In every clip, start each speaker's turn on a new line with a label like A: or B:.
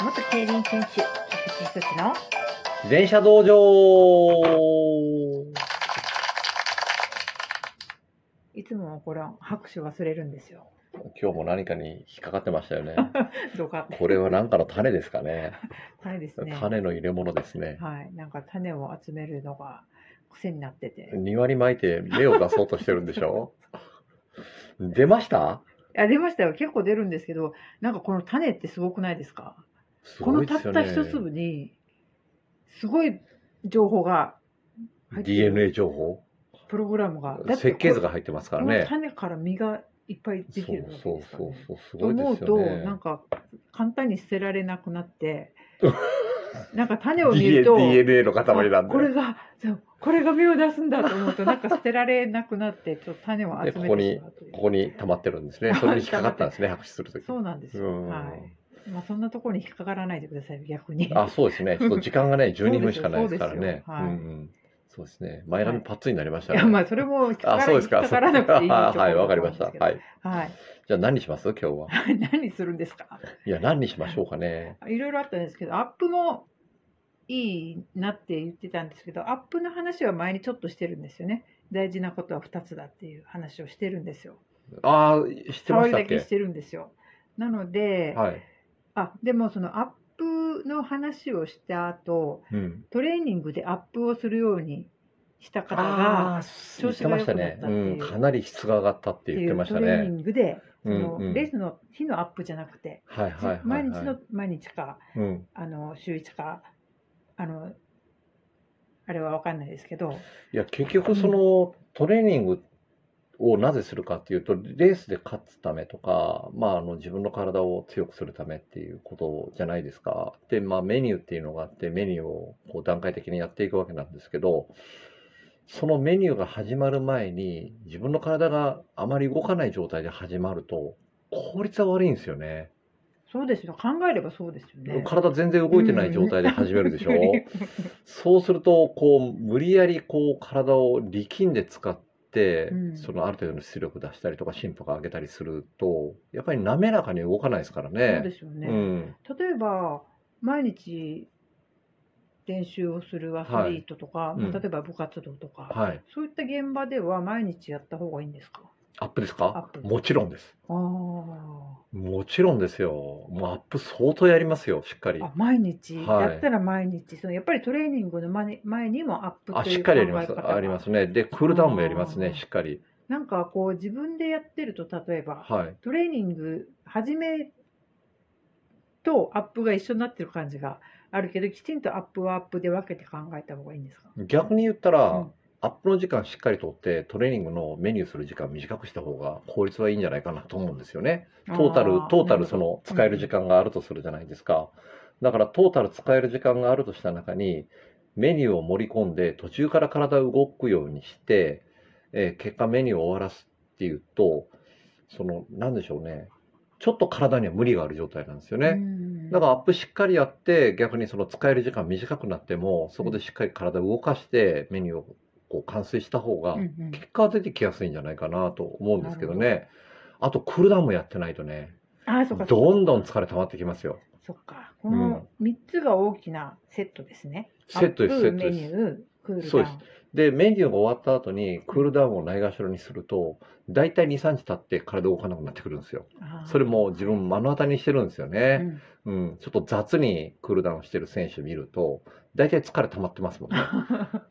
A: 元競輪選手、菊池仁の
B: 全車道場
A: いつもはこれは拍手忘れるんです よ。
B: 今日も何かに引っかかってました よね。
A: どかって。
B: これは何かの種ですかね。
A: 種ですね。
B: 種の入れ物ですね。
A: はい。なんか種を集めるのが癖になってて。
B: 庭に巻いて芽を出そうとしてるんでしょ出ました
A: あ出ましたよ。結構出るんですけど、なんかこの種ってすごくないですか
B: す
A: こ
B: ご
A: の
B: いで
A: たっ
B: すよ
A: た
B: ね。
A: 一粒に、すごい情報が入ってる
B: DNA 情報
A: プログラムが。だって
B: 設計図が入ってますから
A: この
B: ね。
A: 種から実がいっぱい
B: そ
A: で
B: う
A: きるわけ
B: そ
A: で
B: う
A: すから
B: そう
A: ね。
B: そう、
A: と
B: すごい
A: 思
B: で
A: う
B: すよ
A: と、
B: ね。
A: なんか簡単に捨てられなくな って、なんか種を見る
B: D-
A: と、
B: DNA の塊なん
A: あ
B: で。
A: これが、そうこれが実を出すんだと思う と、なんか捨てられなくなって、ちょっと種を集めてしまうという。
B: ここに溜まってるんですね。それに引っかかったんですね、拍手するとき。
A: そうなんです
B: う
A: よ。
B: ん
A: はい。まあそんなところに引っかからないでください、逆に。
B: あ、そうですね。ちょっと時間がね、
A: そうです
B: 12
A: よ
B: 分しかないですからね。
A: そうですよはい
B: うんうん。そうですね。前髪パッツンになりました
A: い
B: ね。
A: や、まあそれも引っかから
B: あ、そうですか。
A: 引っかからなくていいところ
B: あ はい、わかりました。
A: だと思
B: は
A: うんで
B: い。
A: すけどはい。
B: じゃあ何にします今日は。
A: 何するんですか
B: いや、何にしましょうかね。
A: いろいろあったんですけど、アップもいいなって言ってたんですけど、アップの話は前にちょっとしてるんですよね。大事なことは2つだっていう話をしてるんですよ。
B: あー、知って
A: 触
B: まし
A: り
B: たっ
A: だけし
B: け
A: てるんですよ。なので、
B: はい。
A: あでもそのアップの話をした後
B: うん。
A: トレーニングでアップをするようにした方が
B: ああー、
A: 調
B: 言っ
A: 子
B: て
A: が
B: まし
A: 良
B: た
A: くなっ
B: ね。
A: たって
B: う。
A: いうん
B: かなり質が上がったっ
A: ってて
B: 言
A: い
B: って
A: う
B: まし
A: ト
B: た
A: レーニ
B: ね。
A: ングで、
B: うん
A: その
B: うん
A: レースの日のアップじゃなくて、
B: はいはいはいはい。
A: 毎日の毎日か
B: うん。
A: あの週1かあのあれは分かんないですけど
B: いや、結局そのトレーニングをなぜするかっていうと、レースで勝つためとか、まあ、あの自分の体を強くするためっていうことじゃないですか。で、まあ、メニューっていうのがあって、メニューをこう段階的にやっていくわけなんですけど、そのメニューが始まる前に、自分の体があまり動かない状態で始まると、効率は悪いんですよね。
A: そうですよ考えればそうですよね。
B: 体全然動いてない状態で始めるでしょ。そうすると、こう、無理やり、こう、体を力んで使って、
A: うん
B: その、ある程度の出力出したりとか、心拍上げたりすると、やっぱり滑らかに動かないですから
A: そうで
B: ね。
A: すよね、
B: うん。
A: 例えば毎日練習をするアスリートとか、
B: いうん
A: 例えば部活動とか、
B: はい。
A: そういった現場では毎日やった方がいいんですか
B: アップです
A: アッ
B: か
A: プ
B: もちろんです。
A: あ
B: もちろんですよ。もうアップ相当やりますよ、しっかり
A: ー。あ毎日、
B: はい
A: やったら毎日そのやっぱりトレーニングの前に前にもアップ
B: あ、
A: という
B: しっかりやります。
A: 考え方が
B: ありますね。で、クールダウンもやります
A: あ
B: ね、
A: ー
B: しっかり。
A: なんかこう自分でやってると例えば、
B: はい。
A: トレーニング始めとアップが一緒になってる感じがあるけどきちんとアップはアップで分けて考えた方がいいんですか
B: 逆に言ったら、
A: うん
B: アップの時間しっかりとって、トレーニングのメニューする時間短くした方が効率はいいんじゃないかなと思うんですよね。トータル
A: あ、
B: トータルその使える時
A: 間
B: 間があるとするじゃないですか。だからトータル使える時間があるとした中に、メニューを盛り込んで途中から体を動くようにして、えー結果メニューを終わらすっていうと、その、なんでしょうね。ちょっと体には無理がある状態なんですよね。だからアップしっかりやって、逆にその使える時間短くなっても、そこでしっかり体を動かして、メニューをこう完遂した方が
A: うん、うん
B: 結果は出てきやすいんじゃないかなと思うんですけど
A: な
B: ね。あと、クールダウンもやってないとね、
A: あーそっか
B: どんどん疲れ溜まってきますよ。
A: そっかこの3つが大きなセットですね、
B: セットです、
A: ア
B: セ
A: ップ
B: ット
A: メニ
B: です。
A: ュークールダウン
B: そうですで、メニューが終わった後に、クールダウンをないがしろにすると、大体2、3日経って体動かなくなってくるんですよ。
A: あー
B: それも自分目の当たりにしてるんですよね。
A: うん
B: うん、ちょっと雑にクールダウンしてる選手見ると、大体疲れ溜まってます もんね。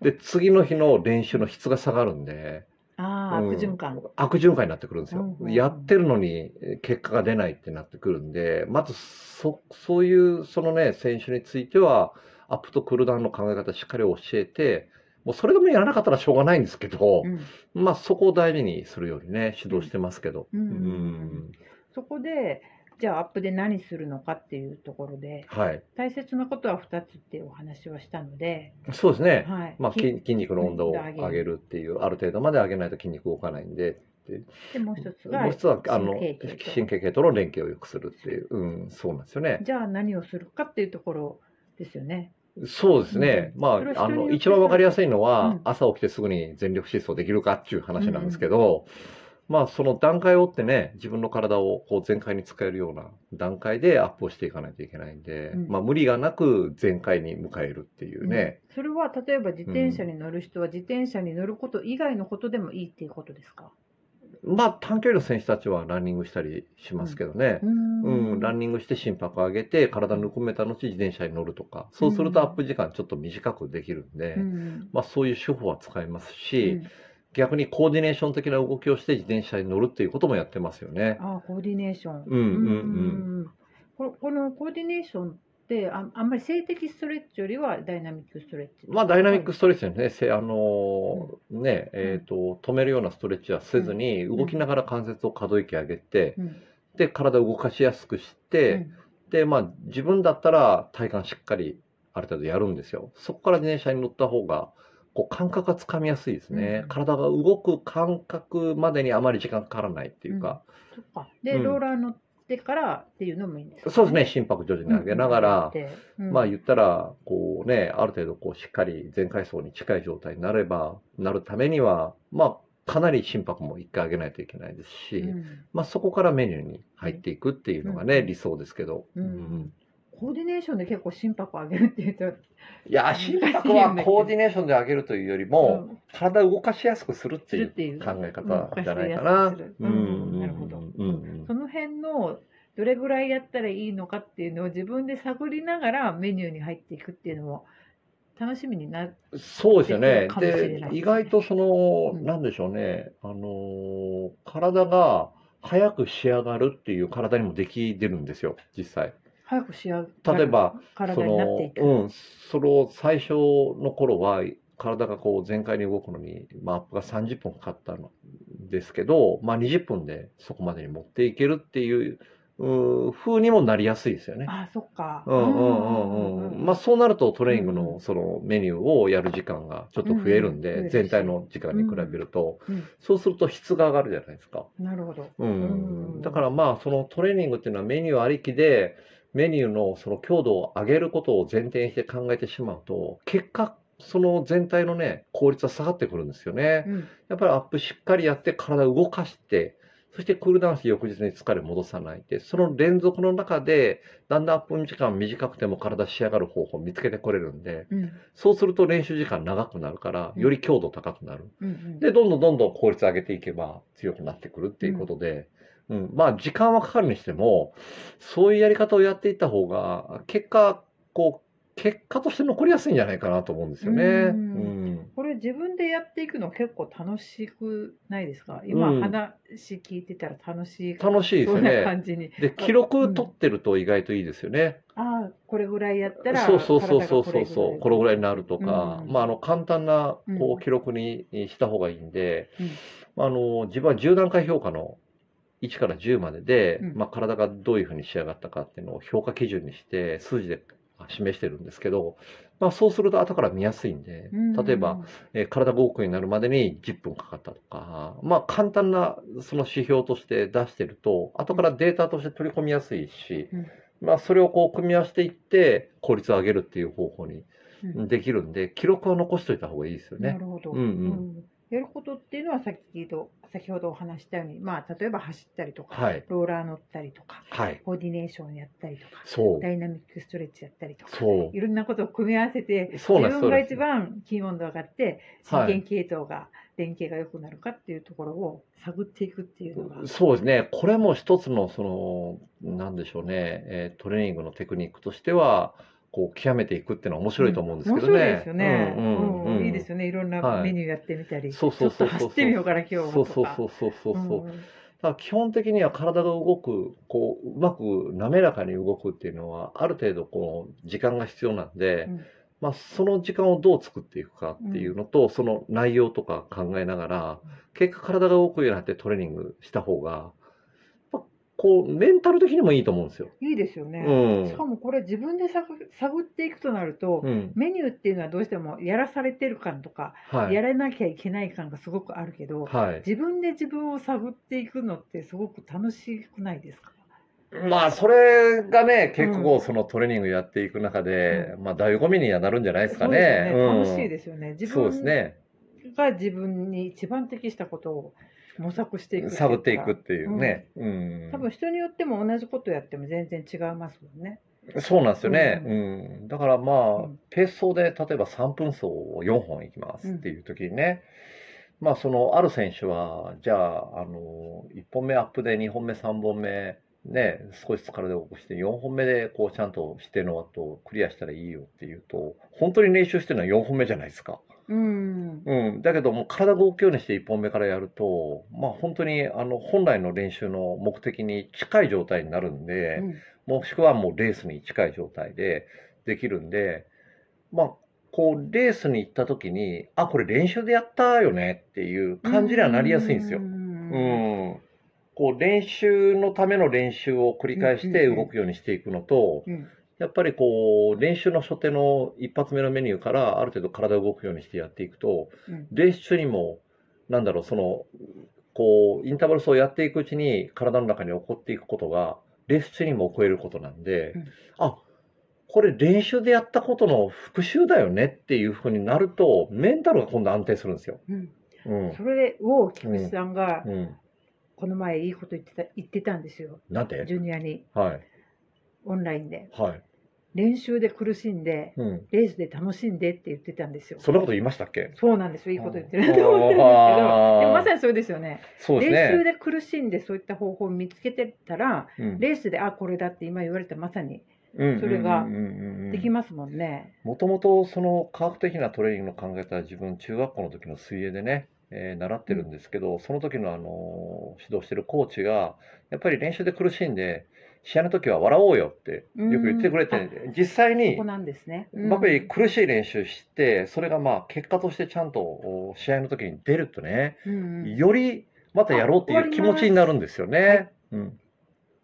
B: で、次の日の練習の質が下がるんで、
A: あー
B: うん
A: 悪循環
B: 悪循環になってくるんですよ。
A: うんうん
B: やってるのにえー結果が出ないってなってくるんで、まずそ、そういう、そのね、選手については、アップとクールダウンの考え方しっかり教えて、もうそれでもやらなかったらしょうがないんですけど
A: う、ん
B: まあそこを大事にするようにね、指導してますけど。
A: うん
B: う
A: うん
B: ん。
A: そこでじゃあアップで何するのかっていうところで
B: はい。
A: 大切なことは2つっていうお話はしたので、
B: そうですね。
A: はい
B: まあ、
A: き
B: 筋筋肉の温度を
A: うん
B: 上げるっていう、ある程度まで上げないと筋肉動かないんで、
A: でもう一つが
B: もう一つは、あの
A: 神経系と、
B: 神経系との連携を良くするっていう、うん、そうなんですよね。
A: じゃあ何をするかっていうところですよね。
B: そうですね。
A: うん
B: ま
A: それ
B: あ、
A: は
B: あ
A: 人によっ
B: の、
A: て
B: 一番わかりやすいの
A: う
B: は
A: ん、
B: 朝起きてすぐに全力疾走できるかっていう話なんですけど、まあその段階を追ってね、自分の体をこう全開に使えるような段階でアップをしていかないといけないんで、
A: うん
B: まあ無理がなく全開に迎えるっていうね。
A: それは例えば自転車に乗る人は自転車に乗ること以外のことでもいいっていうことですか
B: まあ短距離の選手たちはランニングしたりしますけどね。
A: ん
B: うん、ランニングして心拍上げて体ぬくめた後自転車に乗るとか、そうするとアップ時間ちょっと短くできるんで、
A: うん
B: まあそういう手法は使えます
A: う
B: し、
A: ん
B: 逆にコーディネーション的な動きをして自転車に乗るっていうこともやってますよね。
A: ああコーディネーション。
B: うんうんうん
A: うんこのこのコーディネーションってああんまり性的ストレッチよりはダイナミックストレッチ。
B: まあ、ダイナミックストレッチですね、せあのーねえーと止めるようなストレッチはせずに、
A: ん
B: 動きながら関節を可動域上げて、
A: うん
B: で体を動かしやすくし
A: う
B: て、
A: ん
B: でまあ、自分だったら体幹しっかりある程度やるんですよ。そこから自転車に乗った方がこう感覚がつかみやすいですね、
A: うん
B: 体が動く感覚までにあまり時間かからないっていうか、
A: そっか。で、
B: うん
A: ローラー乗ってからっていうのもいいんですか
B: そうですね心拍徐々に上げながら、
A: うん
B: まあ言ったら、こうね、ある程度こうしっかり全階層に近い状態になれば、なるためには、まあかなり心拍も一回上げないといけないですし、
A: うん
B: まあそこからメニューに入っていくっていうのがね、
A: うん
B: 理想ですけど。
A: うんコーディネーションで結構心拍を上げるって言ったら、
B: いや、心拍はコーディネーションで上げるというよりも、
A: うん
B: 体を動かしやすくするって
A: す
B: い
A: る
B: う
A: っていう
B: 考え方じゃないかな。
A: うんうんなるほど
B: うん
A: その辺のどれぐらいやったらいいのかっていうのを自分で探りながらメニューに入っていくっていうのも楽しみにな
B: そうですよね。
A: かもしれない
B: で
A: ですね、
B: 意外とその、
A: うん
B: なんでしょうね、あのー、体が早く仕上がるっていう体にもでき出るんですよ、実際。
A: 早く仕上がる
B: 例えば、そ
A: 体になってい
B: の、
A: く。
B: うん、その最初の頃は、体がこう全開に動くのに、まあ、アップが30分かかったんですけど、まあ、20分でそこまでに持っていけるっていう、うん、風にもなりやすいですよね。
A: ああそっか。
B: うんうんうんうんまあそうなるとトレーニング
A: うんう
B: の
A: ん
B: そのメニューをやる時間がちょっと増える
A: うん
B: ん
A: うん増え
B: で
A: るし
B: 全体の時間に比べると
A: うん
B: そうすると質が上がるじゃないですか。
A: なるほど。
B: う
A: うんん
B: だからまあそのトレーニングっていうのはメニューありきでメニューのその強度を上げることを前提にして考えてしまうと結果その全体のね効率は下がってくるんですよね。
A: うん
B: やっぱりアップしっかりやって体を動かして、そしてクールダウンして翌日に疲れ戻さないで、その連続の中で、だんだんアップ時間短くても体仕上がる方法を見つけてこれるんで、
A: うん
B: そうすると練習時間長くなるから、より強度高くなる。
A: うんうん
B: で、どんどんどんどん効率上げていけば強くなってくるっていうことで、うん、まあ時間はかかるにしても、そういうやり方をやっていった方が、結果、こう、結果として残りやすいんじゃないかなと思うんですよね。
A: うん
B: うん
A: これ自分でやっていくの結構楽しくないですか今
B: うん
A: 話聞いてたら楽しい、
B: 楽しいです
A: そ
B: よ
A: んな
B: ね。
A: 感じに。
B: で記録取ってると意外といいですよね。
A: ああこれぐらいやったら
B: そうそうそうそ
A: 体
B: う
A: が
B: そうそうこれぐらいになるとか、
A: うん
B: まああの簡単な
A: う
B: こ
A: ん
B: う記録にした方がいいんで、
A: うん
B: まああの自分は10段階評価の1から10までで、
A: うん
B: まあ体がどういうふうに仕上がったかっていうのを評価基準にして数字で示してるんですけど、まあそうすると後から見やすいんで、
A: うん
B: 例えば、えー体が多くになるまでに10分かかったとか、まあ簡単なその指標として出してると、後からデータとして取り込みやすいし、
A: うん
B: まあそれをこう組み合わせていって効率を上げるっていう方法に
A: うん
B: できるんで、記録は残しといた方がいいですよ
A: な
B: ね。
A: るほど、
B: うんうん
A: うんやることっていうのはさっきと先ほどお話したように、まあ、例えば走ったりとか、
B: はい。
A: ローラー乗ったりとか
B: はい。
A: コーディネーションやったりとか
B: そう
A: ダ。イナミックストレッチやったりとか
B: そう。
A: いろんなことを組み合わせて
B: そう
A: 自
B: なんで
A: 分が
B: す。
A: 一
B: そうなんです
A: 番キー温度上がって
B: は
A: 神
B: い
A: 経系統が連携が良くなるかっていうところを探っていくっていうのが、
B: そうですね。これも一つの、その、なんでしょうね、えートレーニングのテクニックとしては、こう、極めていくっていうのは面白いと思うんですけ
A: 面
B: ど
A: 白い
B: ね。
A: ですよね、
B: う
A: うん
B: うん
A: ん
B: うん
A: いいですよねいろんな
B: はい
A: メニューやってみたり、
B: そうそうそうそう
A: ちょっと走ってみようから今日は
B: そ
A: と
B: う
A: か
B: そうそうそうそうそう。
A: うんうん
B: だから基本的には体が動く、こう、うまく滑らかに動くっていうのは、ある程度こう、時間が必要なんで、
A: うん
B: まあ、その時間をどう作っていくかっていうのと、その内容とか考えながら、結果体が動くようになってトレーニングした方が、やっぱこう、メンタル的にもいいと思うんですよ。
A: いいですよ
B: う
A: ね、
B: ん。
A: しかもこれ自分で探探っていくとなると、
B: うん。
A: メニューっていうのはどうしてもやらされてる感とか、
B: はい。
A: やらなきゃいけない感がすごくあるけど、
B: はい。
A: 自分で自分を探っていくのってすごく楽しくないですか
B: まあ、それがね、結構そのトレーニングやっていく中で、まあ、醍醐味にはなるんじゃないですか
A: そうです
B: ね。
A: よね楽しいですよね。
B: うん
A: 自
B: そうです
A: 分
B: ね。
A: が自分に一番適したことを模索していく
B: 探っていくっ
A: うか
B: ていうね。うん。
A: 多分人によっても同じことやっても全然違いますもんね。
B: そうなんですよね。
A: う
B: うん。だからまあ、
A: うん
B: ペース走で例えば3分走を4本いきますっていう時にね、まあそのある選手は、じゃあ、あの、1本目アップで2本目3本目、ね、少し疲れを起こして4本目でこうちゃんとしての後クリアしたらいいよっていうと本当に練習してるのは4本目じゃないですか。
A: うん。
B: うん、だけどもう体が動くようにして1本目からやると、まあ、本当にあの本来の練習の目的に近い状態になるんで、
A: うん
B: もしくはもうレースに近い状態でできるんで、まあ、こうレースに行った時にあこれ練習でやったよねっていう感じにはなりやすいんですよ
A: う。
B: うんんこう練習のための練習を繰り返して動くようにしていくのと、
A: うん
B: やっぱりこう練習の初手の一発目のメニューからある程度体を動くようにしてやっていくと、
A: うん
B: 練習にもなんだろうそのこうインターバルスをやっていくうちに体の中に起こっていくことがレース中にも起こえることなんで、
A: うん
B: あこれ練習でやったことの復習だよねっていうふうになるとメンタルが今度安定するんですよ。
A: うん
B: うん
A: それを菊池さんが
B: うん、
A: この前いいこと言ってた言ってたんですよ。
B: なんて
A: ジュニアに
B: はい
A: オンラインで
B: はい、
A: 練習で苦しんで
B: うん、
A: レースで楽しんでって言ってたんですよ。
B: そんなこと言いましたっけ
A: そうなんですよ。いいこと言ってる
B: うん
A: なと思ってるんですけ
B: あ
A: ど、
B: ー
A: でもまさにそれですよね
B: そうですね。
A: 練習で苦しんでそういった方法を見つけてたら、
B: うん
A: レースであこれだって今言われてまさにそれ
B: う
A: が
B: んうんうんうん
A: できますもんね。
B: もともとその科学的なトレーニングの考え方は自分中学校の時の水泳でね、えー習ってるんですけど、その時のあの指導してるコーチがやっぱり練習で苦しんで試合の時は笑おうよってよく言ってくれ
A: うんあ
B: て実際
A: そ
B: に
A: こなんですね。うん
B: やっぱり苦しい練習してそれがまあ結果としてちゃんとお試合の時に出るとね
A: うんうん
B: よりまたやろうっていう気持ちになるんですよね。うん